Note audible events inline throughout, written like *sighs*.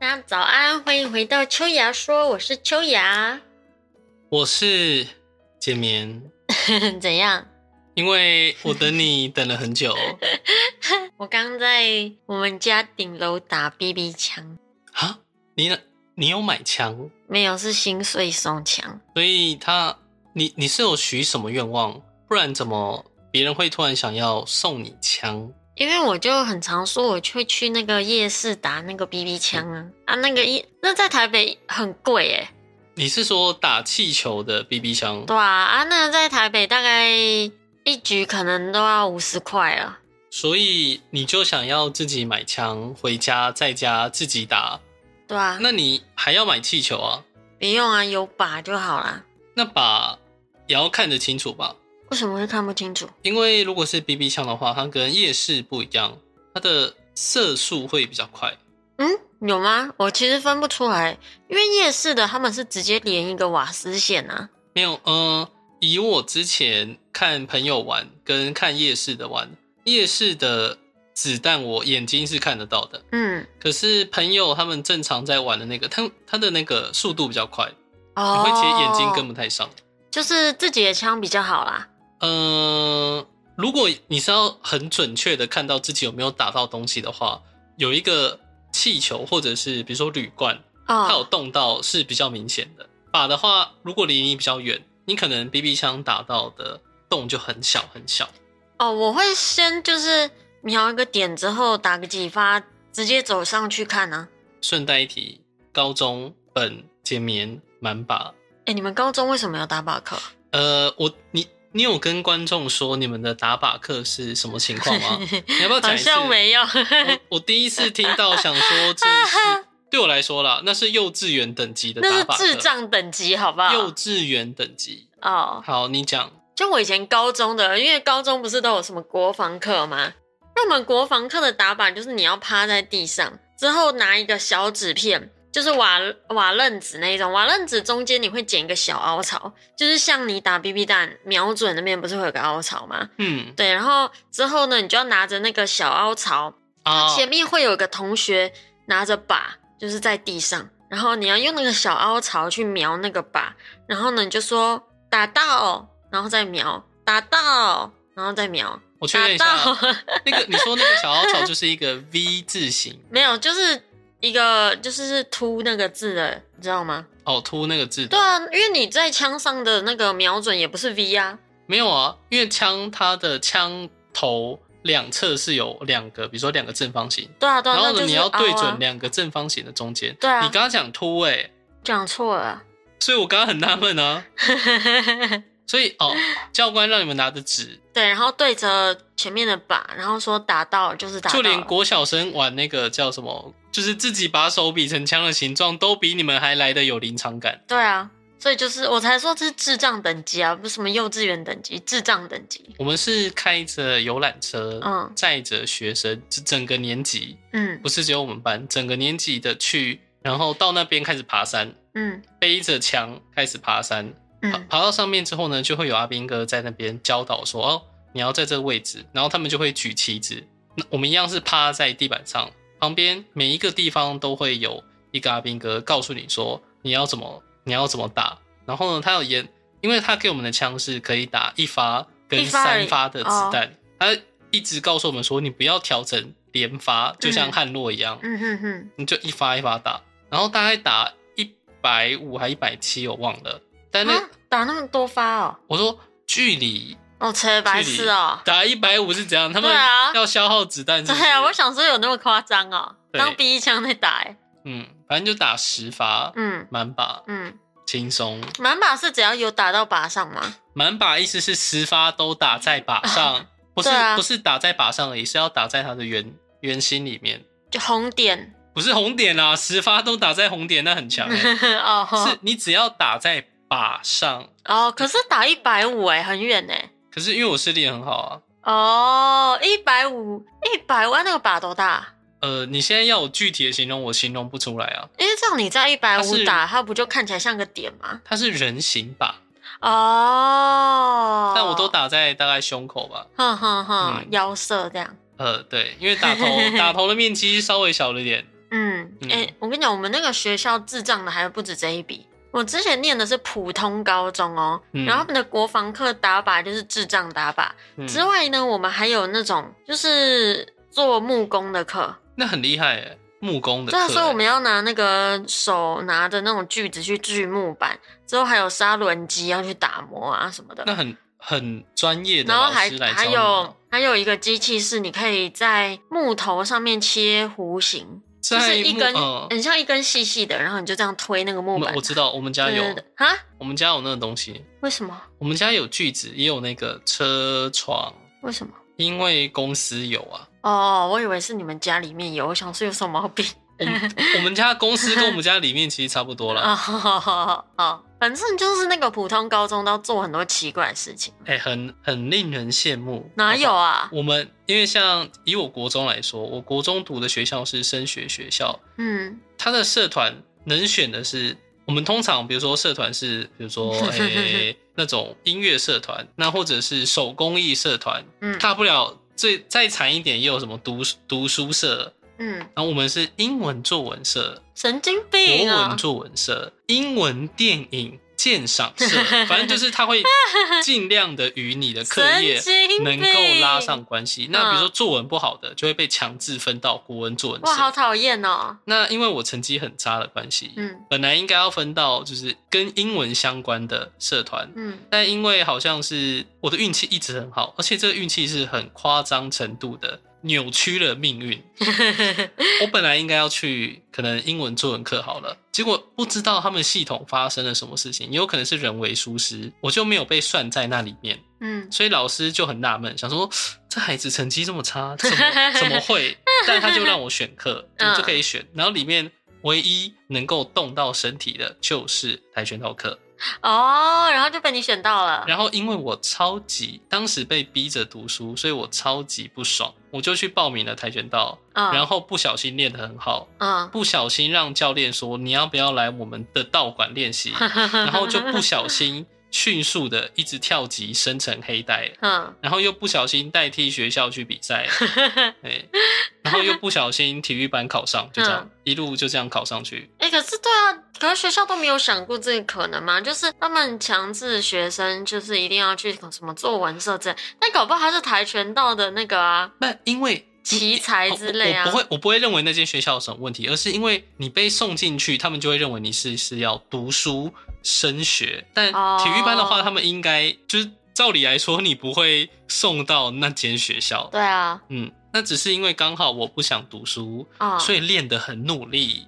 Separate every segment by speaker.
Speaker 1: 大家早安，欢迎回到秋芽说，我是秋芽。 *laughs*
Speaker 2: 我是简眠，
Speaker 1: 怎样？
Speaker 2: 因为我等你等了很久
Speaker 1: 我刚在我们家顶楼打 BB 枪，
Speaker 2: 啊。你呢你有买枪，
Speaker 1: 没有是心碎手枪，
Speaker 2: 所以他你你是有许什么愿望？不然怎么别人会突然想要送你枪？
Speaker 1: 因为我就很常说我会去那个夜市打那个 BB 枪啊啊，那个一那在台北很贵诶、
Speaker 2: 你是说打气球的 BB 枪？
Speaker 1: 对啊啊，那个在台北大概一局可能都要五十块了。
Speaker 2: 所以你就想要自己买枪回家，在家自己打？
Speaker 1: 对啊，
Speaker 2: 那你还要买气球啊？
Speaker 1: 不用啊，有靶就好啦。
Speaker 2: 那把也要看得清楚吧？
Speaker 1: 为什么会看不清楚？
Speaker 2: 因为如果是 BB 枪的话，它跟夜视不一样，它的射速会比较快。
Speaker 1: 嗯，有吗？我其实分不出来，因为夜市的他们是直接连一个瓦斯线啊。
Speaker 2: 没有，呃，以我之前看朋友玩跟看夜视的玩，夜视的子弹我眼睛是看得到的，
Speaker 1: 嗯，
Speaker 2: 可是朋友他们正常在玩的那个，他他的那个速度比较快，你
Speaker 1: 哦，
Speaker 2: 会其实眼睛跟不太上。
Speaker 1: 就是自己的枪比较好啦。
Speaker 2: 呃，如果你是要很准确的看到自己有没有打到东西的话，有一个气球或者是比如说铝罐，它有
Speaker 1: 哦，
Speaker 2: 动到是比较明显的。靶的话，如果离你比较远，你可能 BB 枪打到的洞就很小很小。
Speaker 1: 哦，我会先就是瞄一个点之后打个几发，直接走上去看啊。
Speaker 2: 顺带一提，高中本减棉满靶。
Speaker 1: 哎，你们高中为什么要打靶课？
Speaker 2: 呃，我你你有跟观众说你们的打靶课是什么情
Speaker 1: *laughs*
Speaker 2: 况吗？你要不要讲
Speaker 1: 好
Speaker 2: 一次？
Speaker 1: 像没有。
Speaker 2: 我我第一次听到，想说这是对我来说啦，那是幼稚园等级的
Speaker 1: *laughs*
Speaker 2: 打
Speaker 1: 那是
Speaker 2: 靶课
Speaker 1: 智障等级，好不好？
Speaker 2: 幼稚园等级。
Speaker 1: 哦，
Speaker 2: 好，你讲。
Speaker 1: 就我以前高中的，因为高中不是都有什么国防课吗？那我们国防课的打靶就是你要趴在地上，之后拿一个小纸片，就是瓦瓦楞纸那一种，瓦楞纸中间你会剪一个小凹槽，就是像你打 BB 弹瞄准那边不是会有个凹槽吗？
Speaker 2: 嗯
Speaker 1: 对，然后之后呢，你就要拿着那个小凹槽，
Speaker 2: 啊，
Speaker 1: 前面会有个同学拿着靶，就是在地上，然后你要用那个小凹槽去瞄那个靶，然后呢你就说打到，然后再瞄，打到，然后再瞄，
Speaker 2: 我确认
Speaker 1: 打
Speaker 2: 一下，啊
Speaker 1: 到， *laughs*
Speaker 2: *laughs* 那个你说那个小凹槽就是一个 V 字形，
Speaker 1: 没有，就是一个就是是凸那个字的，你知道吗？
Speaker 2: 哦，凸那个字
Speaker 1: 对
Speaker 2: 的。
Speaker 1: 啊，因为你在枪上的那个瞄准也不是 V 啊，
Speaker 2: 没有啊，因为枪它的枪头两侧是有两个，比如说两个正方形，
Speaker 1: 对啊对啊，
Speaker 2: 然后
Speaker 1: 那
Speaker 2: 呢
Speaker 1: 就是
Speaker 2: 你要对
Speaker 1: 凹啊
Speaker 2: 准两个正方形的中间。
Speaker 1: 对啊
Speaker 2: 你刚刚讲凸哎、
Speaker 1: 讲错了，
Speaker 2: 所以我刚刚很纳
Speaker 1: *laughs*
Speaker 2: 闷啊。所以哦，教官让你们拿着纸，
Speaker 1: 对，然后对着前面的靶，然后说打到就是打到
Speaker 2: 就
Speaker 1: 了，
Speaker 2: 连国小生玩那个叫什么，就是自己把手比成枪的形状，都比你们还来的有临场感。
Speaker 1: 对啊，所以就是我才说这是智障等级啊，不是什么幼稚园等级，智障等级。
Speaker 2: 我们是开着游览车，
Speaker 1: 嗯
Speaker 2: 载着学生，整整个年级，
Speaker 1: 嗯
Speaker 2: 不是只有我们班，整个年级的去，然后到那边开始爬山，
Speaker 1: 嗯
Speaker 2: 背着枪开始爬山，爬
Speaker 1: 嗯，
Speaker 2: 爬到上面之后呢，就会有阿兵哥在那边教导说，哦，你要在这个位置，然后他们就会举旗子，那我们一样是趴在地板上，旁边每一个地方都会有一个阿兵哥告诉你说你要怎么你要怎么打，然后呢，他有研，因为他给我们的枪是可以打一发
Speaker 1: 一
Speaker 2: 跟
Speaker 1: 发而已哦
Speaker 2: 三发的子弹，他一直告诉我们说你不要调整连发，就像汉洛一样，
Speaker 1: 嗯哼哼，
Speaker 2: 你就一发一发打，然后大概打一百五还一百七，我忘了。但那
Speaker 1: 啊，打那么多发哦，
Speaker 2: 我说距离
Speaker 1: 哦，切白痴哦，
Speaker 2: 打一百五是怎样？他们
Speaker 1: 对啊
Speaker 2: 要消耗子弹是
Speaker 1: 对
Speaker 2: 不是？
Speaker 1: 啊，我想说有那么夸张哦，
Speaker 2: 对
Speaker 1: 当第一枪在打、欸，
Speaker 2: 嗯，反正就打十发，
Speaker 1: 嗯
Speaker 2: 满靶
Speaker 1: 嗯，
Speaker 2: 轻松。
Speaker 1: 满靶是只要有打到靶上吗？
Speaker 2: 满靶意思是十发都打在靶上，不是、
Speaker 1: 对啊
Speaker 2: 不是打在靶上而已，是要打在它的圆圆心里面，
Speaker 1: 就红点
Speaker 2: 不是红点啦，十发都打在红点，那很强、欸。是
Speaker 1: *laughs* 哦
Speaker 2: 你只要打在靶上，
Speaker 1: 哦，可是打一百五哎，很远哎、
Speaker 2: 可是因为我视力很好啊。
Speaker 1: 哦，一百五，一百万那个靶多大？
Speaker 2: 呃，你现在要我具体的形容，我形容不出来啊。
Speaker 1: 因为这样你在一百
Speaker 2: 它
Speaker 1: 五
Speaker 2: 是
Speaker 1: 打，它不就看起来像个点吗？
Speaker 2: 它是人形靶，
Speaker 1: 哦，
Speaker 2: 但我都，打在大概胸口吧。
Speaker 1: 哼哼哼，
Speaker 2: 嗯
Speaker 1: 腰射这样，
Speaker 2: 呃，对，因为打头打头的面积稍微小了一点，
Speaker 1: 嗯，
Speaker 2: 嗯
Speaker 1: 哎、我跟你讲，我们那个学校智障的还不止这一笔。我之前念的是普通高中哦，
Speaker 2: 嗯
Speaker 1: 然后他们的国防课打靶就是智障打靶，
Speaker 2: 嗯
Speaker 1: 之外呢，我们还有那种就是做木工的课，
Speaker 2: 那很厉害耶，木工的
Speaker 1: 对啊，
Speaker 2: 课。
Speaker 1: 所以我们要拿那个手拿着那种锯子去锯木板，之后还有砂轮机要去打磨啊什么的，
Speaker 2: 欸那很很专业的
Speaker 1: 然后
Speaker 2: 老
Speaker 1: 还
Speaker 2: 师来教
Speaker 1: 还
Speaker 2: 你
Speaker 1: 有
Speaker 2: 哦，
Speaker 1: 还有一个机器是你可以在木头上面切弧形，就是
Speaker 2: 在
Speaker 1: 一
Speaker 2: 木
Speaker 1: 根
Speaker 2: 呃
Speaker 1: 很像一根细细的，然后你就这样推那个木
Speaker 2: 我
Speaker 1: 板
Speaker 2: 我，知道我们家有，
Speaker 1: 啊？
Speaker 2: 我们家有那个东西，
Speaker 1: 为什么？
Speaker 2: 我们家有锯子，也有那个车床，
Speaker 1: 为什么？
Speaker 2: 因为公司有啊。
Speaker 1: 哦，我以为是你们家里面有，我想说有什么毛病。
Speaker 2: 我们我们家公司跟我们家里面其实差不多
Speaker 1: *laughs* 啊，
Speaker 2: 啦，
Speaker 1: 好好好好，反正就是那个普通高中都要做很多奇怪的事情，
Speaker 2: 哎、很很令人羡慕。
Speaker 1: 哪有
Speaker 2: 好不好？
Speaker 1: 啊？
Speaker 2: 我们因为像以我国中来说，我国中读的学校是升学学校，
Speaker 1: 嗯，
Speaker 2: 它的社团能选的是，我们通常比如说社团是，比如说
Speaker 1: *laughs*
Speaker 2: 诶、那种音乐社团，那或者是手工艺社团，
Speaker 1: 嗯
Speaker 2: 大不了最再惨一点也有什么读读书社，
Speaker 1: 嗯，
Speaker 2: 然后我们是英文作文社、
Speaker 1: 神经
Speaker 2: 国
Speaker 1: 病啊
Speaker 2: 文！作文社、英文电影鉴赏
Speaker 1: *laughs*
Speaker 2: 社，反正就是他会尽量的与你的课
Speaker 1: *laughs*
Speaker 2: 业
Speaker 1: 神经
Speaker 2: 能
Speaker 1: 病，嗯
Speaker 2: 够拉上关系。那比如说作文不好的，就会被强制分到国文作文
Speaker 1: 哇，好
Speaker 2: 社。
Speaker 1: 讨厌哦。
Speaker 2: 那因为我成绩很差的关系，
Speaker 1: 嗯
Speaker 2: 本来应该要分到就是跟英文相关的社团，
Speaker 1: 嗯
Speaker 2: 但因为好像是我的运气一直很好，而且这个运气是很夸张程度的扭曲了命运。我本来应该要去可能英文作文课好了，结果不知道他们系统发生了什么事情，也有可能是人为疏失，我就没有被算在那里面，
Speaker 1: 嗯，
Speaker 2: 所以老师就很纳闷，想说 *sighs* 这孩子成绩这么差，怎么怎么
Speaker 1: *laughs*
Speaker 2: 会？但他就让我选课，
Speaker 1: 嗯
Speaker 2: 我就可以选，然后里面唯一能够动到身体的就是跆拳道课。
Speaker 1: 哦，然后就被你选到了。
Speaker 2: 然后因为我超级当时被逼着读书，所以我超级不爽，我就去报名了跆拳道，
Speaker 1: 嗯，
Speaker 2: 然后不小心练得很好，
Speaker 1: 嗯，
Speaker 2: 不小心让教练说你要不要来我们的道馆练
Speaker 1: *laughs*
Speaker 2: 习，然
Speaker 1: 然
Speaker 2: 后就不小心迅速的一直跳级升成黑带，
Speaker 1: *laughs* 嗯，
Speaker 2: 然后又不小心代替学校去比赛，对，然后又不小心体育班考上，就这
Speaker 1: 嗯
Speaker 2: 样、一路就这样考上去。
Speaker 1: 哎、可是对啊，可是学校都没有想过这个可能吗？就是他们强制学生就是一定要去什么作文社之类，但搞不好他是跆拳道的那个啊
Speaker 2: 那因为哦
Speaker 1: 奇才之类啊。
Speaker 2: *laughs* 我我不会，我不会认为那间学校有什么问题，而是因为你被送进去，他们就会认为你是是要读书升学。但
Speaker 1: 哦
Speaker 2: 体育班的话，他们应该就是照理来说，你不会送到那间学校。
Speaker 1: 对啊，
Speaker 2: 嗯，那只是因为刚好我不想读书，
Speaker 1: 啊、 *laughs*
Speaker 2: 所以练得很努力。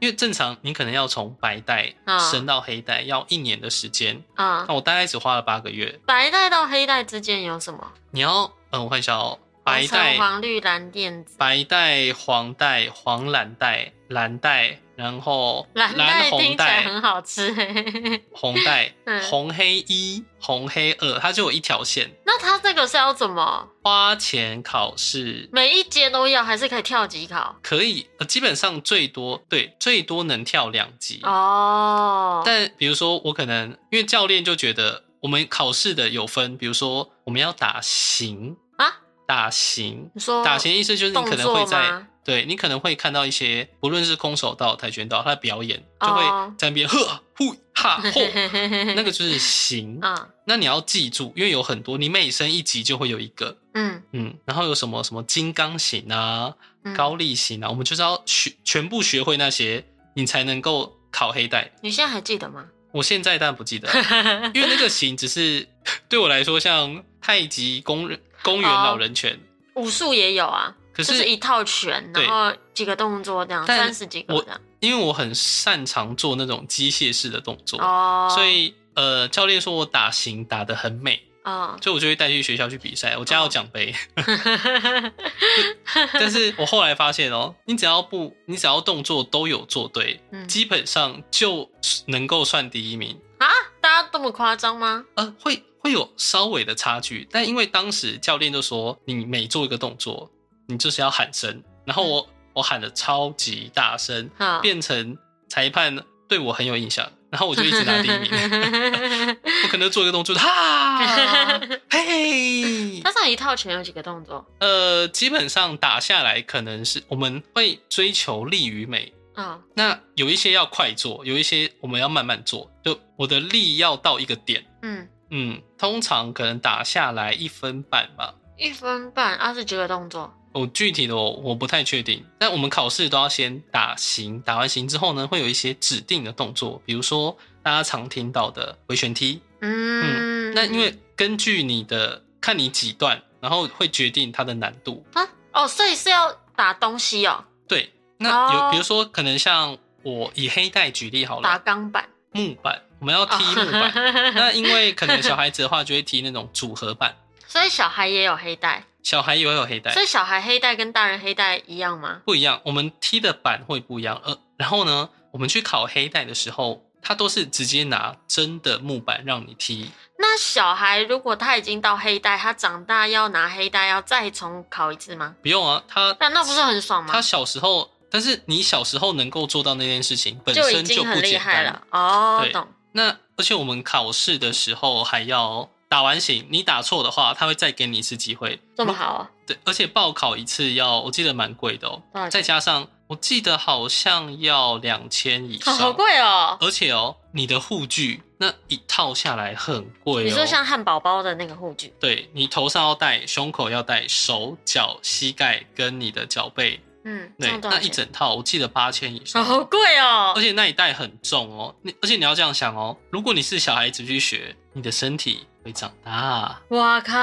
Speaker 2: 因为正常你可能要从白带
Speaker 1: 嗯
Speaker 2: 升到黑带，要一年的时间。
Speaker 1: 啊、
Speaker 2: 那我大概只花了八个月。
Speaker 1: 白带到黑带之间有什么？
Speaker 2: 你要，嗯，我看一下哦，白
Speaker 1: 红橙
Speaker 2: 带
Speaker 1: 黄绿蓝靛紫。
Speaker 2: 白带、黄带、黄蓝带、蓝带，然后
Speaker 1: 蓝带
Speaker 2: 红
Speaker 1: 听起来
Speaker 2: 带、
Speaker 1: 很好吃， *laughs*
Speaker 2: 红带
Speaker 1: 嗯、
Speaker 2: 红黑一、红黑二，它就有一条线。
Speaker 1: 那他这个是要怎么？
Speaker 2: 花钱考试
Speaker 1: 每一节都要，还是可以跳级考？
Speaker 2: 可以，呃，基本上最多对最多能跳两级。
Speaker 1: 哦，
Speaker 2: 但比如说我可能因为教练就觉得我们考试的有分，比如说我们要打型
Speaker 1: 啊，
Speaker 2: 打型，
Speaker 1: 你说
Speaker 2: 打型意思就是你
Speaker 1: 动
Speaker 2: 可能
Speaker 1: 作
Speaker 2: 会在
Speaker 1: 吗？
Speaker 2: 对你可能会看到一些，不论是空手道、跆拳道，他的表演就会
Speaker 1: 哦
Speaker 2: 在那边呵呼哈
Speaker 1: *laughs*
Speaker 2: 吼，哦那
Speaker 1: 那
Speaker 2: 个就是行。
Speaker 1: 啊，
Speaker 2: 那你要记住，因为有很多，你每升一级就会有一个，
Speaker 1: 嗯，
Speaker 2: 嗯，然后有什么什么金刚型啊、
Speaker 1: 嗯
Speaker 2: 高丽型啊，我们就是要学全部学会那些，你才能够考黑带。
Speaker 1: 你现在还记得
Speaker 2: *laughs*
Speaker 1: 吗？
Speaker 2: 我现在当然不记得，因为那个型只是对我来说像太极公人公园老人拳，
Speaker 1: 武术也有啊，
Speaker 2: 可
Speaker 1: 就是是一套拳，
Speaker 2: 对
Speaker 1: 然后几个动作这样，
Speaker 2: 但
Speaker 1: 三十几个
Speaker 2: 我
Speaker 1: 这样。
Speaker 2: 因为我很擅长做那种机械式的动作，
Speaker 1: 哦，
Speaker 2: 所以呃，教练说我打型打得很美， *laughs*
Speaker 1: 啊，
Speaker 2: 所以我就会带去学校去比赛。我家有奖
Speaker 1: *laughs*
Speaker 2: 杯，但是我后来发现哦，你只要不，你只要动作都有做对，
Speaker 1: 嗯
Speaker 2: 基本上就能够算第一名。
Speaker 1: 啊，大家这么夸张吗？
Speaker 2: 呃，会会有稍微的差距，但因为当时教练就说，你每做一个动作，你就是要喊声，然后我我喊的超级大声，
Speaker 1: 啊，
Speaker 2: 变成裁判对我很有印象，然后我就一直啊
Speaker 1: *laughs*
Speaker 2: 拿 *laughs* 第一名。我可能做一个动作，哈，嘿，
Speaker 1: 但是那一套拳有几个动作？
Speaker 2: 呃，基本上打下来可能是我们会追求力与美，
Speaker 1: 嗯
Speaker 2: 那有一些要快做，有一些我们要慢慢做。就我的力要到一个点，
Speaker 1: 嗯，
Speaker 2: 嗯，通常可能打下来一分半吧。
Speaker 1: 一分半二十几个动作。
Speaker 2: 我具体的我我不太确定，但我们考试都要先打形，打完形之后呢，会有一些指定的动作，比如说大家常听到的回旋踢。
Speaker 1: 嗯，
Speaker 2: 那因为根据你的看你几段，然后会决定它的难度。
Speaker 1: 啊哦，所以是要打东西哦，
Speaker 2: 对，那有、
Speaker 1: 哦
Speaker 2: 比如说可能像我以黑带举例好
Speaker 1: 打哦
Speaker 2: 了，
Speaker 1: 钢板，啊
Speaker 2: 木板，我们要 *laughs* 踢木板。
Speaker 1: *laughs*
Speaker 2: 那因为可能小孩子的话，就会踢那种组合版，
Speaker 1: 所以小孩也有黑带，
Speaker 2: 小孩也会有黑带
Speaker 1: 所，以小孩黑带跟大人黑带一样吗？
Speaker 2: 不一样。我们踢的板会不一样，呃，然后呢，我们去考黑带的时候，他都是直接拿真的木板让你踢，
Speaker 1: 那小孩如果他已经到黑带，他长大要拿黑带，要再重考一次吗？
Speaker 2: 不用啊，他
Speaker 1: 那那不是很爽吗
Speaker 2: 他？小时候，但是你小时候能够做到那件事情，本
Speaker 1: 已
Speaker 2: 身
Speaker 1: 经
Speaker 2: 不
Speaker 1: 很厉
Speaker 2: 简
Speaker 1: 害
Speaker 2: 单。
Speaker 1: 了哦
Speaker 2: 对，
Speaker 1: 懂。
Speaker 2: 那而且我们考试的时候还要打完形，你打错的话，他会再给你一次机会。嗯
Speaker 1: 这么好啊？
Speaker 2: 对，而且报考一次要，我记得蛮贵的哦
Speaker 1: 多少，钱
Speaker 2: 再加上我记得好像要两千以
Speaker 1: 好
Speaker 2: 上，
Speaker 1: 好贵哦！
Speaker 2: 而且哦，你的护具那一套下来很贵哦。
Speaker 1: 你说像汉堡包的那个护具，
Speaker 2: 对你头上要戴，胸口要戴，手脚、膝盖跟你的脚背，
Speaker 1: 嗯，这
Speaker 2: 对
Speaker 1: 样，多少
Speaker 2: 那一
Speaker 1: 钱？
Speaker 2: 整哎套我记得八千以上，
Speaker 1: 好贵哦
Speaker 2: 而！且那一带很重哦。你而且你要这样想哦，如果你是小孩子去学，你的身体会长大。
Speaker 1: 哇靠，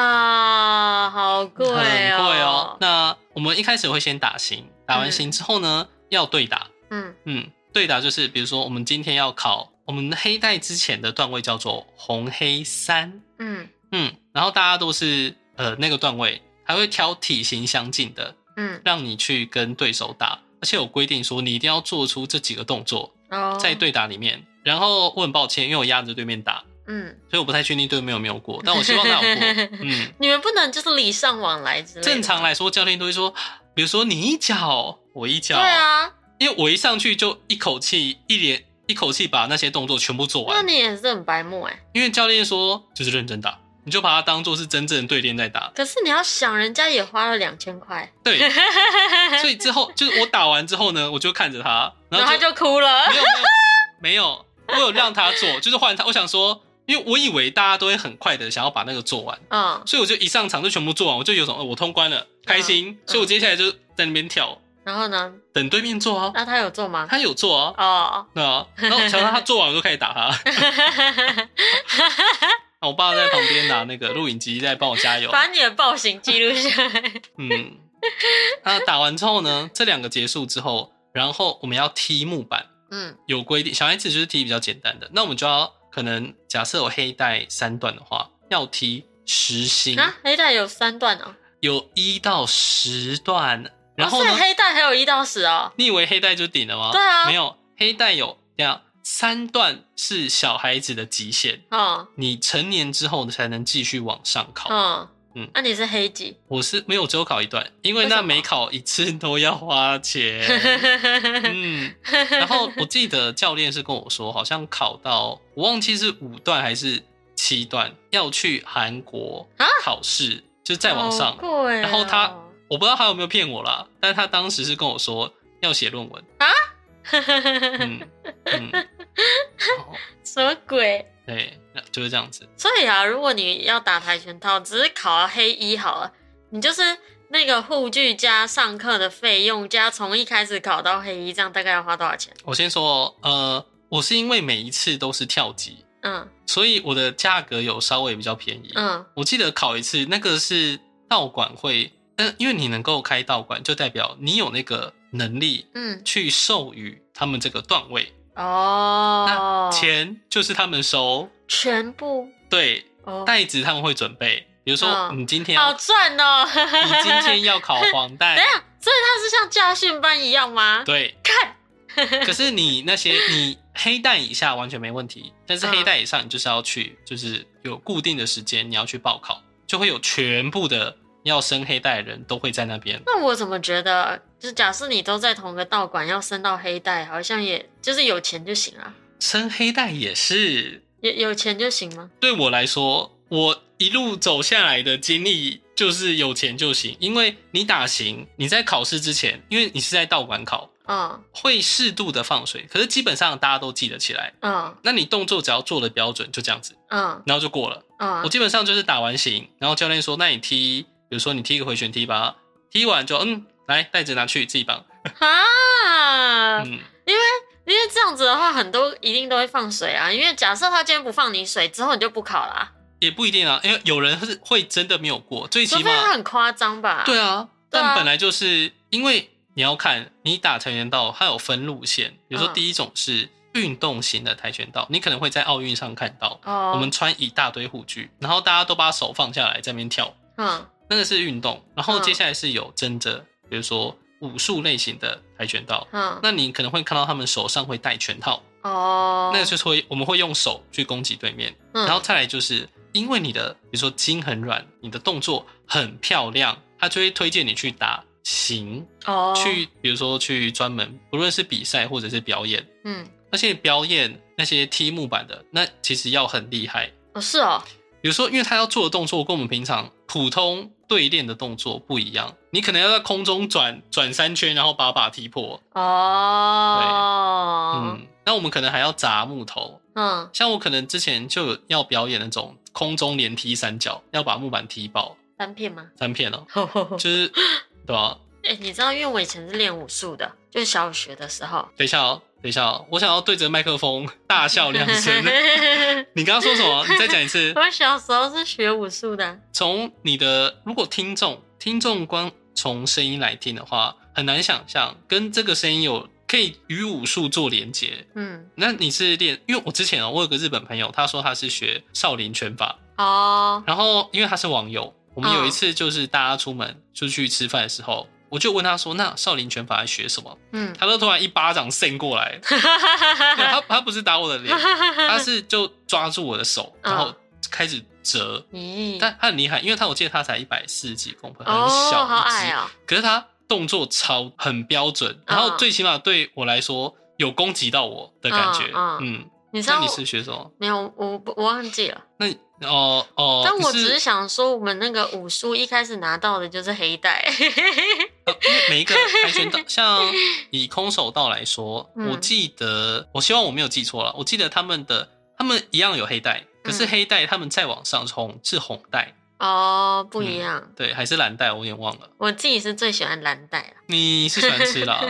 Speaker 1: 好贵
Speaker 2: 很
Speaker 1: 哦！
Speaker 2: 贵哦。那我们一开始会先打形，打完形之后呢，要对打。
Speaker 1: 嗯
Speaker 2: 嗯，对打就是比如说我们今天要考我们黑带之前的段位叫做红黑三，
Speaker 1: 嗯
Speaker 2: 嗯，然后大家都是呃那个段位，还会挑体型相近的，
Speaker 1: 嗯，
Speaker 2: 让你去跟对手打。而且有规定说你一定要做出这几个动作
Speaker 1: 哦，
Speaker 2: 在，对打里面。然后我很抱歉，因为我压着对面打，
Speaker 1: 嗯，
Speaker 2: 所以我不太确定对面有没有过，但我希望他有过。
Speaker 1: *laughs*
Speaker 2: 嗯，
Speaker 1: 你们不能就是礼尚往来之类的吗。
Speaker 2: 正常来说，教练都会说，比如说你一脚，我一脚，
Speaker 1: 对，啊，
Speaker 2: 因为我一上去就一口气一连一口气把那些动作全部做
Speaker 1: 那
Speaker 2: 完，
Speaker 1: 你也是很白目哎。
Speaker 2: 因为教练说就是认真打，你就把它当做是真正的对练在打。
Speaker 1: 可是你要想，人家也花了两千块，
Speaker 2: 对，所以之后就是我打完之后呢，我就看着他，
Speaker 1: 然
Speaker 2: 然
Speaker 1: 后
Speaker 2: 后
Speaker 1: 他
Speaker 2: 就
Speaker 1: 就哭了
Speaker 2: 没。有没有没有，我有让他做， *laughs* 就是换他。我想说，因为我以为大家都会很快的想要把那个做完，
Speaker 1: 嗯，
Speaker 2: 所以我就一上场就全部做完，我就有种、哦我通关了，开心。所以我接下来就在那边跳，
Speaker 1: 然后呢？
Speaker 2: 等对面做啊。
Speaker 1: 那他有做
Speaker 2: *laughs*
Speaker 1: 吗？
Speaker 2: 他有做啊，
Speaker 1: 哦，
Speaker 2: 对啊，然后想到他做完我就开始打 *laughs* 他，我爸在旁边拿那个录影机在帮我加油，
Speaker 1: 把你的暴行记录下来。
Speaker 2: 嗯，那打完之后呢，这两个结束之后，然后我们要踢木板，
Speaker 1: 嗯
Speaker 2: 有规定，小孩子就是踢比较简单的，那我们就要可能假设有黑带三段的话，要踢实心，
Speaker 1: 啊，黑带有三段哦，
Speaker 2: 有一到十段，然后
Speaker 1: 哦
Speaker 2: 呢
Speaker 1: 所以，黑带还有一到十哦。
Speaker 2: 你以为黑带就顶了吗？
Speaker 1: 对啊
Speaker 2: 没有，黑带有这样三段是小孩子的极限。
Speaker 1: 嗯
Speaker 2: 你成年之后才能继续往上考。
Speaker 1: 嗯
Speaker 2: 嗯
Speaker 1: 那、你是黑几？
Speaker 2: 我是没有只有考一段，因为
Speaker 1: 为什
Speaker 2: 那
Speaker 1: 么
Speaker 2: 每考一次都要花
Speaker 1: *laughs*
Speaker 2: 钱。呃嗯，然后我记得教练是跟我说，好像考到我忘记是五段还是七段，要去韩国
Speaker 1: 啊
Speaker 2: 考试，就是再往上
Speaker 1: 好。贵哦
Speaker 2: 然后他我不知道他有没有骗我啦，但是他当时是跟我说要写论文。嗯嗯，好
Speaker 1: *laughs* 什么鬼？
Speaker 2: 对，那就是这样子。
Speaker 1: 所以啊，如果你要打跆拳道，只是考到黑一好了，你就是那个护具加上课的费用加从一开始考到黑一，这样大概要花多少钱？
Speaker 2: 我先说，呃，我是因为每一次都是跳级，
Speaker 1: 嗯
Speaker 2: 所以我的价格有稍微比较便宜。
Speaker 1: 嗯
Speaker 2: 我记得考一次那个是道馆会，呃，因为你能够开道馆，就代表你有那个能力
Speaker 1: 嗯，
Speaker 2: 去授予他们这个段位，
Speaker 1: 哦，
Speaker 2: 钱就是他们收，
Speaker 1: 全部
Speaker 2: 对，
Speaker 1: 哦，
Speaker 2: 袋子他们会准备，比如说
Speaker 1: 嗯
Speaker 2: 你今天要，
Speaker 1: 好赚哦！
Speaker 2: 你今天要考黄带
Speaker 1: 等一，下， *laughs* 所以它是像家训班一样吗？
Speaker 2: 对，
Speaker 1: 看，
Speaker 2: 可是你那些你黑带以下完全没问题，但是
Speaker 1: 嗯
Speaker 2: 黑带以上你就是要去，就是有固定的时间你要去报考，就会有全部的要升黑带的人都会在那边。
Speaker 1: 那我怎么觉得，就是假设你都在同个道馆，要升到黑带，好像也就是有钱就行了，
Speaker 2: 升黑带也是
Speaker 1: 有有钱就行吗？
Speaker 2: 对我来说，我一路走下来的经历，就是有钱就行，因为你打行，你在考试之前，因为你是在道馆考，
Speaker 1: 嗯
Speaker 2: 会适度的放水，可是基本上大家都记得起来。
Speaker 1: 嗯
Speaker 2: 那你动作只要做的标准，就这样子，
Speaker 1: 嗯
Speaker 2: 然后就过了。我
Speaker 1: 嗯
Speaker 2: 基本上就是打完型，然后教练说：“那你踢，比如说你踢一个回旋踢吧，踢完就嗯，来袋子拿去自己绑。
Speaker 1: 啊！
Speaker 2: 嗯，
Speaker 1: 因为这样子的话，很多一定都会放水啊。因为假设他今天不放你水，之后你就不考啦、
Speaker 2: 也不一定啊，因为有人是会真的没有过，最
Speaker 1: 除
Speaker 2: 起
Speaker 1: 非他
Speaker 2: 码
Speaker 1: 很夸张吧？
Speaker 2: 对啊。
Speaker 1: 对啊
Speaker 2: 但本来就是因为你要看你打跆拳道，它有分路线，比如说
Speaker 1: 嗯
Speaker 2: 第一种是运动型的跆拳道，你可能会在奥运上看到，
Speaker 1: 哦，
Speaker 2: 我们穿一大堆护具，然后大家都把手放下来在那边跳，
Speaker 1: 嗯
Speaker 2: 那个是运动。然后
Speaker 1: 嗯
Speaker 2: 接下来是有真的，比如说武术类型的跆拳道，
Speaker 1: 嗯
Speaker 2: 那你可能会看到他们手上会戴拳套，
Speaker 1: 哦，
Speaker 2: 那个就是会我们会用手去攻击对面，
Speaker 1: 嗯
Speaker 2: 然后再来就是因为你的比如说筋很软，你的动作很漂亮，他就会推荐你去打行，
Speaker 1: 哦
Speaker 2: 去比如说去专门不论是比赛或者是表演，
Speaker 1: 嗯
Speaker 2: 那些表演那些踢木板的，那其实要很厉害。
Speaker 1: 哦是哦
Speaker 2: 比如说，因为他要做的动作跟我们平常普通对练的动作不一样，你可能要在空中转转三圈，然后把把踢破。
Speaker 1: 哦
Speaker 2: 嗯，那我们可能还要砸木头。
Speaker 1: 嗯
Speaker 2: 像我可能之前就有要表演那种空中连踢三角，要把木板踢爆
Speaker 1: 单片吗？ *laughs*
Speaker 2: 三片哦，
Speaker 1: 呵呵呵
Speaker 2: 就是对啊吧、
Speaker 1: 哎、你知道，因为我以前是练武术的，就是小学的时候。
Speaker 2: 等一下哦，等一下哦，我想要对着麦克风大笑两
Speaker 1: *laughs*
Speaker 2: 声。你刚刚说什么？你再讲一次。
Speaker 1: 我小时候是学武术的，
Speaker 2: 从你的如果听众听众光从声音来听的话，很难想象跟这个声音有可以与武术做连接。
Speaker 1: 嗯，
Speaker 2: 那你是练，因为我之前哦、我有个日本朋友，他说他是学少林拳法，
Speaker 1: 哦，
Speaker 2: 然后因为他是网友，我们
Speaker 1: 嗯
Speaker 2: 有一次就是大家出门出去吃饭的时候，我就问他说，那少林拳法在学什么？
Speaker 1: *laughs*
Speaker 2: *laughs*
Speaker 1: 嗯，
Speaker 2: 他就突然一巴掌扇过
Speaker 1: *laughs*
Speaker 2: 来，没有他他不是打我的脸，他是就抓住我的手，
Speaker 1: 嗯
Speaker 2: 然后开始折，
Speaker 1: 咦，
Speaker 2: 但他很厉害，因为他我记得他才一百四十几公分，很
Speaker 1: 嗯哦，
Speaker 2: 小
Speaker 1: 好
Speaker 2: 一
Speaker 1: 矮嗯
Speaker 2: 只，
Speaker 1: 哦，
Speaker 2: 可是他动作超很标准，然后最起码对我来说有攻击到我的感觉，
Speaker 1: 嗯
Speaker 2: 嗯，
Speaker 1: 你知
Speaker 2: 那
Speaker 1: 道
Speaker 2: 你
Speaker 1: 我
Speaker 2: 是学什么？
Speaker 1: 没有？我不我忘记了，
Speaker 2: 那你哦哦，
Speaker 1: 但
Speaker 2: 你
Speaker 1: 我
Speaker 2: 是
Speaker 1: 只是想说，我们那个武术一开始拿到的就是黑带， *laughs*
Speaker 2: 呃因为每一个跆拳道，像以空手道来说，
Speaker 1: 嗯
Speaker 2: 我记得我希望我没有记错了，我记得他们的他们一样有黑带，可是
Speaker 1: 嗯
Speaker 2: 黑带他们再往上冲是红带，
Speaker 1: 哦，不
Speaker 2: 嗯
Speaker 1: 一样，
Speaker 2: 对，还是蓝带，我有点忘了。
Speaker 1: 我自己是最喜欢蓝带了，
Speaker 2: 你是喜欢吃
Speaker 1: *laughs*
Speaker 2: 辣，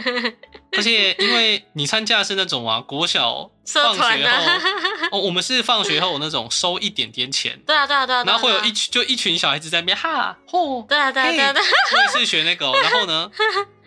Speaker 2: 而且因为你参加的是那种啊，国小
Speaker 1: *laughs* 社
Speaker 2: 放
Speaker 1: 团
Speaker 2: 学
Speaker 1: 啊，
Speaker 2: 后，哦，我们是放学后那种收一点点钱，
Speaker 1: 对啊对啊对啊，对
Speaker 2: 然
Speaker 1: 啊
Speaker 2: 后会有一，群就一群小孩子在那边哈嚯，
Speaker 1: 对啊对啊
Speaker 2: 嘿
Speaker 1: 对啊对啊，
Speaker 2: 我也是学那个哦、然
Speaker 1: *laughs*
Speaker 2: 后呢，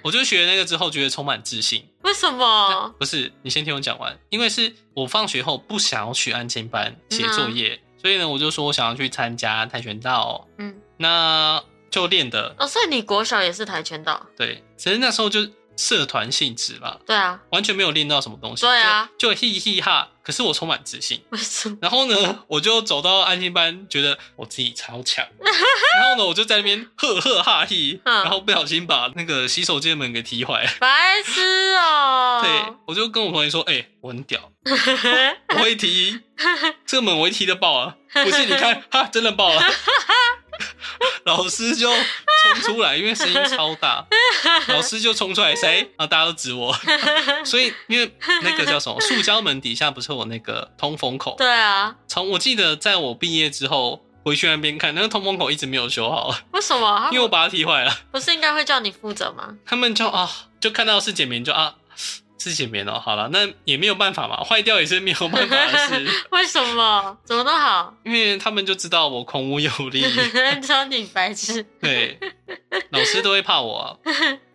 Speaker 2: 我就学那个之后觉得充满自信。
Speaker 1: 为什么？
Speaker 2: 不是，你先听我讲完，因为是我放学后不想要去安亲班写
Speaker 1: 嗯啊
Speaker 2: 作业，所以呢，我就说我想要去参加跆拳道，
Speaker 1: 嗯，
Speaker 2: 那就练的
Speaker 1: 哦，所以你国小也是跆拳道？
Speaker 2: 对，只是那时候就社团性质啦。
Speaker 1: 对啊，
Speaker 2: 完全没有练到什么东西。
Speaker 1: 对啊
Speaker 2: 就，就嘻嘻哈。可是我充满自信。
Speaker 1: 为什么？
Speaker 2: 然后
Speaker 1: *laughs*
Speaker 2: 呢，我就走到安心班，觉得我自己超强。然后呢，我就在那边呵呵哈嘿，
Speaker 1: 嗯
Speaker 2: 然后不小心把那个洗手间门给踢坏。
Speaker 1: 白痴哦、
Speaker 2: 对，我就跟我同学说：“哎、我很屌，我会踢，这个门我会踢得爆啊！不信你看，哈，真的爆了。”老师就冲出来，因为声音超大，老师就冲出来，谁？然后大家都指我。所以因为那个叫什么，塑胶门底下不是有那个通风口？
Speaker 1: *laughs* 对啊，
Speaker 2: 从我记得，在我毕业之后回去那边看，那个通风口一直没有修好，
Speaker 1: 为什么？他们
Speaker 2: 因为我把它踢坏了。
Speaker 1: 不是应该会叫你负责吗？
Speaker 2: 他们就啊，就看到是简棉就啊。是简棉哦，好了，那也没有办法嘛，坏掉也是没有办法的事，
Speaker 1: 为什么？怎么那么好？
Speaker 2: 因为他们就知道我孔武有
Speaker 1: *laughs*
Speaker 2: 力，
Speaker 1: 你知道你白痴。
Speaker 2: 对，老师都会怕我、啊。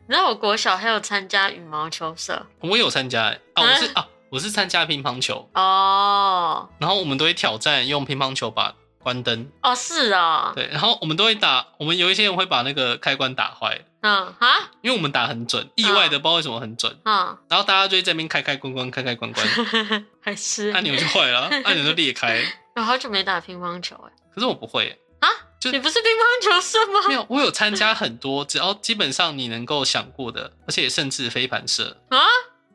Speaker 1: 你知道我国小还有参加羽毛球社
Speaker 2: 我有参加、欸、啊，我是啊，我是参加乒乓球，
Speaker 1: 哦
Speaker 2: 然后我们都会挑战用乒乓球把关灯，
Speaker 1: 哦是哦，
Speaker 2: 对，然后我们都会打，我们有一些人会把那个开关打坏，
Speaker 1: 嗯啊
Speaker 2: 因为我们打很准，意外的不知道为什么很准，
Speaker 1: 嗯，
Speaker 2: 然后大家就会在那边开开关关，开开关关，
Speaker 1: *laughs* 白痴。
Speaker 2: 按钮就坏了，按钮就裂开。
Speaker 1: 我好久没打乒乓球哎、
Speaker 2: 可是我不会就
Speaker 1: 你不是乒乓球社吗？
Speaker 2: 没有，我有参加很多，只要基本上你能够想过的，而且甚至飞盘社
Speaker 1: 啊，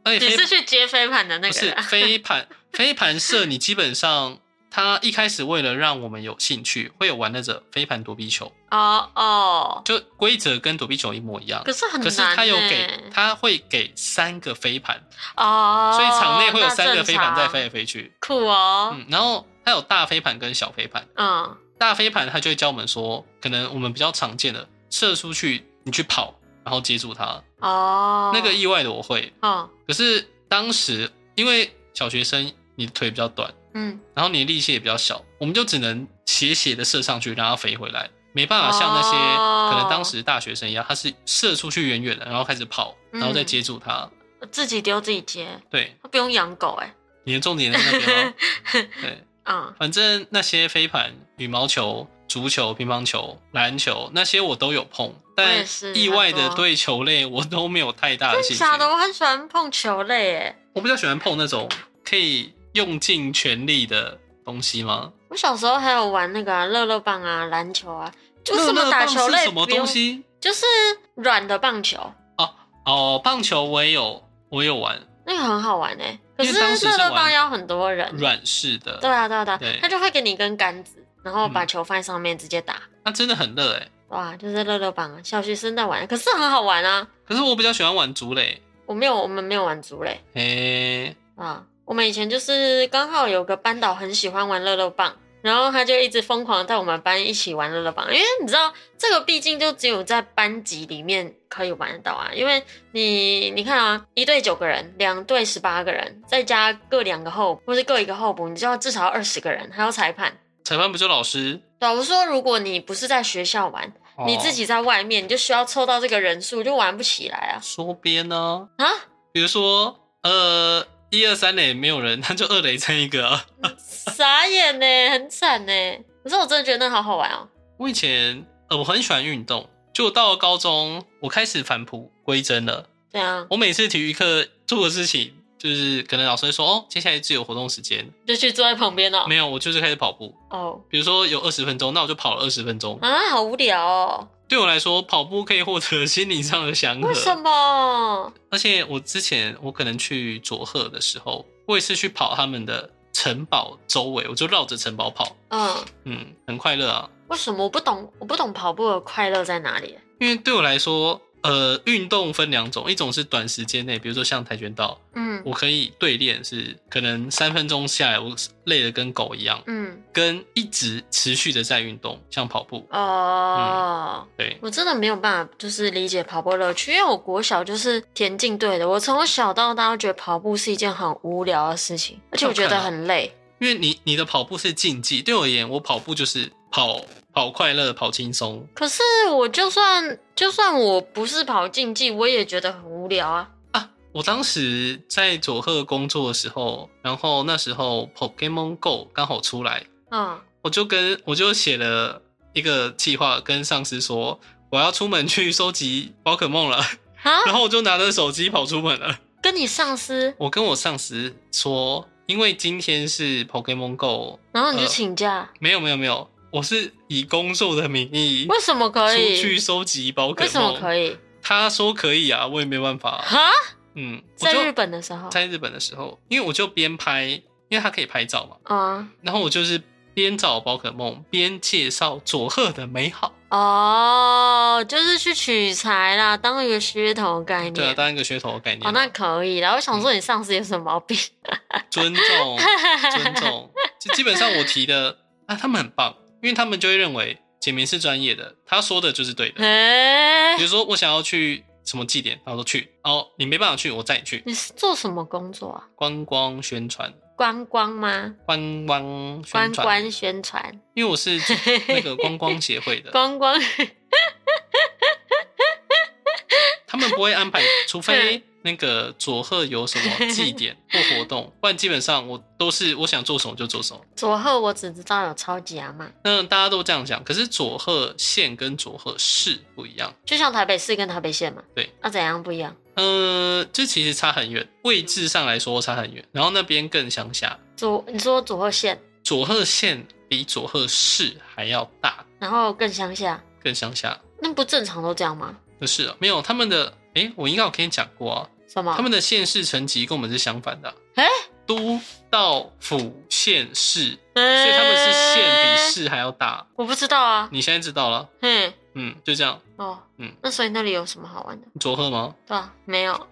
Speaker 2: 而且
Speaker 1: 你
Speaker 2: 飞
Speaker 1: 是去接飞盘的那
Speaker 2: 不
Speaker 1: 个
Speaker 2: 是 *laughs*
Speaker 1: 人啊？
Speaker 2: 飞盘飞盘社，你基本上他一开始为了让我们有兴趣，会有玩那个飞盘躲避球，
Speaker 1: 哦哦，
Speaker 2: 就规则跟躲避球一模一样。
Speaker 1: 可是很难、欸，
Speaker 2: 可是他有给，他会给三个飞盘，
Speaker 1: 哦，
Speaker 2: 所以场内会有三个飞盘
Speaker 1: 那正
Speaker 2: 在
Speaker 1: 常
Speaker 2: 飞，来飞去。
Speaker 1: 酷哦，
Speaker 2: 嗯，然后它有大飞盘跟小飞盘。
Speaker 1: 嗯
Speaker 2: 大飞盘它就会教我们说，可能我们比较常见的射出去，你去跑，然后接住它。
Speaker 1: 哦，
Speaker 2: 那个意外的我会，
Speaker 1: 哦，
Speaker 2: 可是当时因为小学生，你腿比较短，
Speaker 1: 嗯，
Speaker 2: 然后你的力气也比较小，我们就只能斜斜的射上去，让它飞回来，没办法像那些、
Speaker 1: 哦
Speaker 2: 可能当时大学生一样，他是射出去远远的，然后开始跑，
Speaker 1: 嗯
Speaker 2: 然后再接住它。
Speaker 1: 自己丢自己接，
Speaker 2: 对，
Speaker 1: 不用养狗哎、
Speaker 2: 你的重点在那
Speaker 1: *laughs*
Speaker 2: 边吗？对，
Speaker 1: 嗯
Speaker 2: 反正那些飞盘、羽毛球、足球、乒乓球、篮球那些我都有碰，
Speaker 1: 我
Speaker 2: 但
Speaker 1: 也是
Speaker 2: 意外
Speaker 1: 很
Speaker 2: 的
Speaker 1: 多
Speaker 2: 对球类我都没有太
Speaker 1: *laughs*
Speaker 2: 大的
Speaker 1: 真的
Speaker 2: 兴趣。
Speaker 1: 假的？我很喜欢碰球类哎、
Speaker 2: 我比较喜欢碰那种可以用尽全力的东西吗？
Speaker 1: 我小时候还有玩那个啊乐、乐棒啊，篮球啊，就
Speaker 2: 乐
Speaker 1: 什么
Speaker 2: 乐
Speaker 1: 打
Speaker 2: 棒
Speaker 1: 球类
Speaker 2: 是什么
Speaker 1: 不用
Speaker 2: 东，西？
Speaker 1: 就是软的棒球，
Speaker 2: 哦，棒球我也有，我也有玩
Speaker 1: 那个很好玩哎、可
Speaker 2: 因为当时
Speaker 1: 乐
Speaker 2: 是
Speaker 1: 乐棒
Speaker 2: 玩
Speaker 1: 要很多人，
Speaker 2: 软式的，
Speaker 1: 对啊对啊对啊
Speaker 2: 对，
Speaker 1: 他就会给你一根杆子，然后把
Speaker 2: 嗯
Speaker 1: 球放在上面直接打，
Speaker 2: 那真的很热哎、
Speaker 1: 哇，就是乐乐棒啊，小学生在玩，可是很好玩啊。
Speaker 2: 可是我比较喜欢玩竹垒，
Speaker 1: 我没有，我们没有玩竹类
Speaker 2: 诶、
Speaker 1: 啊。我们以前就是刚好有个班导很喜欢玩乐乐棒，然后他就一直疯狂在我们班一起玩乐乐棒，因为你知道这个毕竟就只有在班级里面可以玩得到啊。因为你你看啊，一队九个人，两队十八个人，再加各两个候补或是各一个候补，你就要至少二十个人，还要裁判。
Speaker 2: 裁判不就老师？
Speaker 1: 对啊，我说如果你不是在学校玩，
Speaker 2: 哦
Speaker 1: 你自己在外面，你就需要凑到这个人数，就玩不起来啊
Speaker 2: 缩编呢？
Speaker 1: 啊！ *laughs*
Speaker 2: 比如说，呃，一二三垒没有人，那就二垒站一个啊、
Speaker 1: 傻眼呢，很惨呢。可是我真的觉得那好好玩哦。
Speaker 2: 我以前呃，我很喜欢运动，就到了高中，我开始返璞归真了。
Speaker 1: 对啊，
Speaker 2: 我每次体育课做的事情，就是可能老师会说哦，接下来自由活动时间，
Speaker 1: 就去坐在旁边哦。
Speaker 2: 没有，我就是开始跑步。
Speaker 1: 哦
Speaker 2: 比如说有二十分钟，那我就跑了二十分钟。
Speaker 1: 啊，好无聊哦。
Speaker 2: 对我来说，跑步可以获得心灵上的祥
Speaker 1: 为什
Speaker 2: 和。
Speaker 1: 么？
Speaker 2: 而且我之前我可能去佐贺的时候，我也是去跑他们的城堡周围，我就绕着城堡跑，
Speaker 1: 嗯，
Speaker 2: 嗯，很快乐啊。
Speaker 1: 为什么我不懂？我不懂跑步的快乐在哪里？
Speaker 2: 因为对我来说，呃，运动分两种，一种是短时间内，比如说像跆拳道，
Speaker 1: 嗯
Speaker 2: 我可以对练，是可能三分钟下来，我累得跟狗一样，
Speaker 1: 嗯
Speaker 2: 跟一直持续的在运动，像跑步，
Speaker 1: 哦。
Speaker 2: 对，
Speaker 1: 我真的没有办法，就是理解跑步乐趣，因为我国小就是田径队的，我从小到大都觉得跑步是一件很无聊的事情，而且我觉
Speaker 2: 啊
Speaker 1: 得很累。
Speaker 2: 因为你你的跑步是竞技，对我而言，我跑步就是跑跑快乐，跑轻松，
Speaker 1: 可是我就算就算我不是跑竞技，我也觉得很无聊啊。
Speaker 2: 啊，我当时在佐贺工作的时候，然后那时候 Pokemon Go 刚好出来，
Speaker 1: 嗯，
Speaker 2: 我就跟我就写了一个计划，跟上司说我要出门去收集宝可梦了，
Speaker 1: 啊，
Speaker 2: 然后我就拿着手机跑出门了。
Speaker 1: 跟你上司，
Speaker 2: 我跟我上司说，因为今天是 Pokemon Go，
Speaker 1: 然后你就
Speaker 2: 呃
Speaker 1: 请假，
Speaker 2: 没有没有没有，我是以工作的名义
Speaker 1: 为什么可
Speaker 2: 出去
Speaker 1: 以？
Speaker 2: 收集宝可梦。
Speaker 1: 为什么可
Speaker 2: 以？
Speaker 1: 以？
Speaker 2: 他说可以啊，我也没办法、啊。
Speaker 1: 哈，
Speaker 2: 嗯，我
Speaker 1: 在
Speaker 2: 就
Speaker 1: 日本的时候
Speaker 2: 在日本的时候，因为我就边拍，因为他可以拍照嘛，
Speaker 1: 啊，
Speaker 2: 然后我就是边找宝可梦边介绍佐贺的美好，
Speaker 1: 哦，就是去取材啦，当一个噱头概
Speaker 2: 对啊，
Speaker 1: 念。
Speaker 2: 当一个噱头的概念嘛。
Speaker 1: 哦，那可以啦。我想说你上司有什么毛病？*laughs*
Speaker 2: 尊重尊重，就基本上我提的啊，他们很棒，因为他们就会认为简明是专业的，他说的就是对的。
Speaker 1: 哎
Speaker 2: 比如，说我想要去什么祭典，然后说去，哦，你没办法去，我载你去
Speaker 1: 你是做什么工作啊？
Speaker 2: 观光宣传，
Speaker 1: 观光吗？
Speaker 2: 观光
Speaker 1: 观
Speaker 2: 宣传
Speaker 1: 光，宣传，
Speaker 2: 因为我是那个观光协会
Speaker 1: *laughs*
Speaker 2: 的，
Speaker 1: 观光
Speaker 2: 他们不会安排， *laughs* 除非那个佐贺有什么祭典或活动，不然基本上我都是我想做什么就做什么。
Speaker 1: 佐贺，我只知道有超级阿嬷，
Speaker 2: 那大家都这样讲，可是佐贺县跟佐贺市不一样，
Speaker 1: 就像台北市跟台北县嘛。
Speaker 2: 对，
Speaker 1: 那、怎样不一样？
Speaker 2: 呃，这其实差很远，位置上来说差很远，然后那边更乡下，
Speaker 1: 佐，你说佐贺县，
Speaker 2: 佐贺县比佐贺市还要大，
Speaker 1: 然后更乡下，
Speaker 2: 更乡下。
Speaker 1: 那不正常都这样吗？
Speaker 2: 不是啊，没有他们的，诶，我应该有跟你讲过啊，
Speaker 1: 什么？
Speaker 2: 他们的县市层级跟我们是相反的啊、
Speaker 1: 诶
Speaker 2: 都道府县市，
Speaker 1: 所
Speaker 2: 所以他们是县比市还要大。
Speaker 1: 我不知道啊，
Speaker 2: 你现在知道了，
Speaker 1: 嗯，
Speaker 2: 嗯，就这样。
Speaker 1: 哦，
Speaker 2: 嗯
Speaker 1: 嗯，那所以那里有什么好玩的？
Speaker 2: 佐贺吗？
Speaker 1: 对啊，没
Speaker 2: *laughs*
Speaker 1: 有，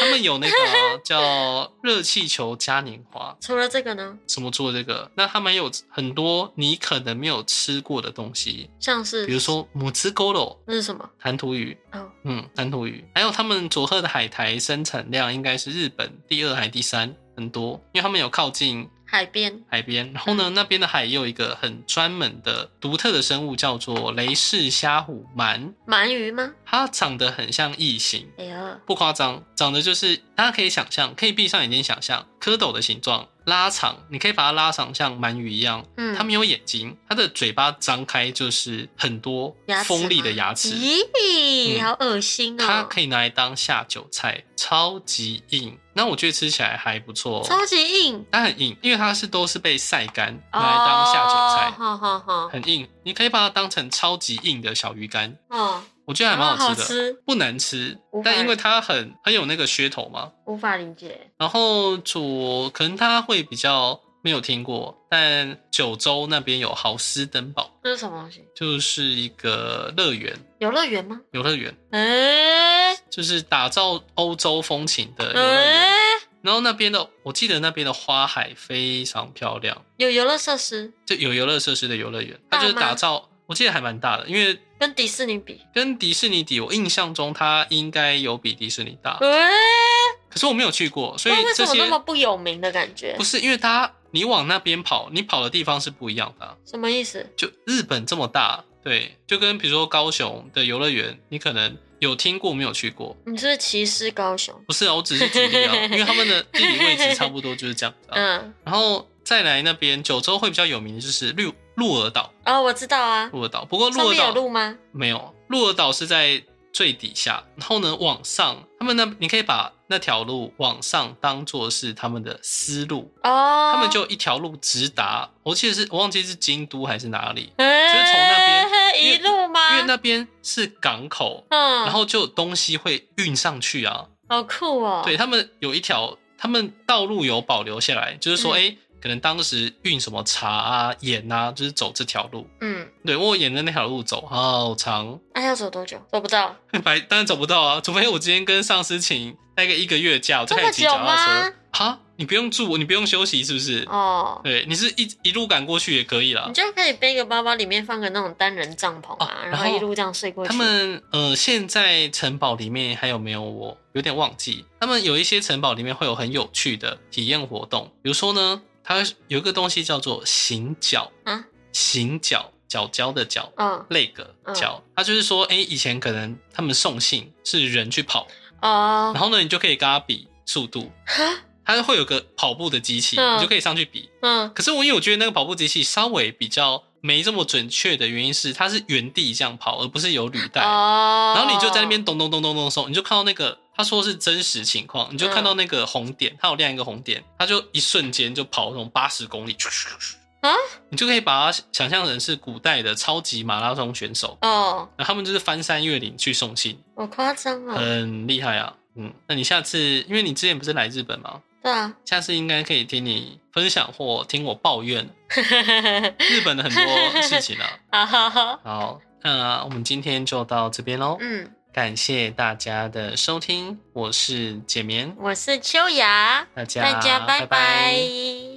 Speaker 2: 他们有那个啊、叫热气球嘉年华，
Speaker 1: 除了这个呢，
Speaker 2: 什么做这个？那他们有很多你可能没有吃过的东西，
Speaker 1: 像是
Speaker 2: 比如说母子勾肉、
Speaker 1: 那是什么？
Speaker 2: 弹涂鱼，
Speaker 1: 哦，
Speaker 2: 嗯，弹涂鱼，还有他们佐贺的海苔生产量应该是日本第二还第三，很多，因为他们有靠近
Speaker 1: 海边，
Speaker 2: 海边，然后呢，那边的海也有一个很专门的独特的生物，叫做雷氏虾虎鳗，
Speaker 1: 鳗鱼吗？
Speaker 2: 它长得很像异形，
Speaker 1: 哎呀，
Speaker 2: 不夸张，长得就是大家可以想象，可以闭上眼睛想象蝌蚪的形状，拉长，你可以把它拉长，像鳗鱼一样。
Speaker 1: 嗯，
Speaker 2: 它没有眼睛，它的嘴巴张开就是很多
Speaker 1: 牙齿
Speaker 2: 锋利的
Speaker 1: 吗
Speaker 2: 牙齿，
Speaker 1: 咦，
Speaker 2: 嗯
Speaker 1: 好恶心哦，
Speaker 2: 它可以拿来当下酒菜，超级硬。那我觉得吃起来还不错、哦，
Speaker 1: 超级哦硬，
Speaker 2: 它很硬，因为它是都是被晒干拿来当下酒菜，
Speaker 1: 好哦好好，
Speaker 2: 很硬。你可以把它当成超级硬的小鱼干，
Speaker 1: 哦，
Speaker 2: 我觉得还蛮
Speaker 1: 好
Speaker 2: 好吃的，
Speaker 1: 吃，
Speaker 2: 不难吃
Speaker 1: 无，法
Speaker 2: 但因为它很很有那个噱头嘛，
Speaker 1: 无法理解，
Speaker 2: 然后左可能他会比较没有听过，但九州那边有豪斯登堡，
Speaker 1: 这是什么东西？
Speaker 2: 就是一个乐园，
Speaker 1: 游乐园吗？
Speaker 2: 游乐园
Speaker 1: 哎、
Speaker 2: 就是打造欧洲风情的游乐园。
Speaker 1: 哎、
Speaker 2: 然后那边的，我记得那边的花海非常漂亮，
Speaker 1: 有游乐设施，
Speaker 2: 就有游乐设施的游乐园，它
Speaker 1: 大吗
Speaker 2: 就是打造，我记得还蛮大的，因为
Speaker 1: 跟迪士尼比，
Speaker 2: 跟迪士尼比，我印象中它应该有比迪士尼大，
Speaker 1: 哎、
Speaker 2: 可是我没有去过，所以
Speaker 1: 那为什
Speaker 2: 这
Speaker 1: 么
Speaker 2: 些
Speaker 1: 那么不有名的感觉
Speaker 2: 不？是因为它，你往那边跑，你跑的地方是不一样的啊、
Speaker 1: 什么意思？
Speaker 2: 就日本这么大，对，就跟比如说高雄的游乐园，你可能有听过没有去过？
Speaker 1: 你是不是歧视高雄？
Speaker 2: 不是啊，我只是举
Speaker 1: *laughs*
Speaker 2: 例啊，因为他们的地理位置差不多就是这样子、啊。
Speaker 1: 嗯，
Speaker 2: 然后再来那边九州会比较有名的就是鹿鹿儿岛，
Speaker 1: 哦，我知道啊，
Speaker 2: 鹿儿岛。不过
Speaker 1: 上
Speaker 2: 鹿儿
Speaker 1: 面有
Speaker 2: 岛
Speaker 1: 路吗？
Speaker 2: 没有，鹿儿岛是在最底下，然后呢往上，他们那你可以把那条路往上当做是他们的丝路，
Speaker 1: 哦，
Speaker 2: 他们就一条路直达，我记得是我忘记是京都还是哪里，
Speaker 1: 哎
Speaker 2: 就是从那边因为
Speaker 1: 一路吗？
Speaker 2: 因为那边是港口，
Speaker 1: 啊嗯，
Speaker 2: 然后就有东西会运上去啊。
Speaker 1: 好酷哦，
Speaker 2: 对，他们有一条，他们道路有保留下来，就是说，
Speaker 1: 嗯
Speaker 2: 哎、可能当时运什么茶啊、盐啊，就是走这条路。
Speaker 1: 嗯，
Speaker 2: 对我沿着那条路走，好长， *laughs*
Speaker 1: 那、要走多久？走不到，
Speaker 2: 白当然走不到啊，除非我今天跟上司请大概一个月假，我就
Speaker 1: 这
Speaker 2: 开
Speaker 1: 么
Speaker 2: 始骑
Speaker 1: 久
Speaker 2: 脚踏
Speaker 1: 吗
Speaker 2: 车。？哈，你不用住，你不用休息，是不是？
Speaker 1: 哦，
Speaker 2: 对，你是一一路赶过去也可以啦
Speaker 1: 你。就可以背个包包，里面放个那种单人帐篷啊，
Speaker 2: 哦
Speaker 1: 然后
Speaker 2: 然后
Speaker 1: 一路这样睡过去。
Speaker 2: 他们呃，现在城堡里面还有没有我有点忘记。他们有一些城堡里面会有很有趣的体验活动，比如说呢，它有一个东西叫做行脚
Speaker 1: 啊，
Speaker 2: 行脚脚胶的脚。
Speaker 1: 嗯，
Speaker 2: 那个
Speaker 1: 嗯
Speaker 2: 脚，它就是说，哎、以前可能他们送信是人去跑，
Speaker 1: 哦
Speaker 2: 然，后呢，你就可以跟他比速度，
Speaker 1: 哈
Speaker 2: 它会有个跑步的机器，
Speaker 1: 嗯
Speaker 2: 你就可以上去比。
Speaker 1: 嗯，
Speaker 2: 可是我因为我觉得那个跑步机器稍微比较没这么准确的原因是，它是原地这样跑，而不是有履带。
Speaker 1: 哦，
Speaker 2: 然后你就在那边咚咚咚咚咚送，你就看到那个他说是真实情况，你就看到
Speaker 1: 嗯
Speaker 2: 那个红点，它有亮一个红点，它就一瞬间就跑那种八十公里，
Speaker 1: 啊，
Speaker 2: 你就可以把它想象成是古代的超级马拉松选手，
Speaker 1: 哦，
Speaker 2: 然后他们就是翻山越岭去送信，
Speaker 1: 好夸张哦，
Speaker 2: 很厉害啊。嗯，那你下次，因为你之前不是来日本吗？
Speaker 1: 对啊， *laughs*
Speaker 2: 下次应该可以听你分享或听我抱怨日本的很多事情
Speaker 1: *laughs*
Speaker 2: 啊。
Speaker 1: 好好好，
Speaker 2: 好，那我们今天就到这边喽。
Speaker 1: 嗯，
Speaker 2: 感谢大家的收听，我是简眠，
Speaker 1: 我是秋雅，
Speaker 2: 大家
Speaker 1: 大家拜
Speaker 2: 拜拜
Speaker 1: 拜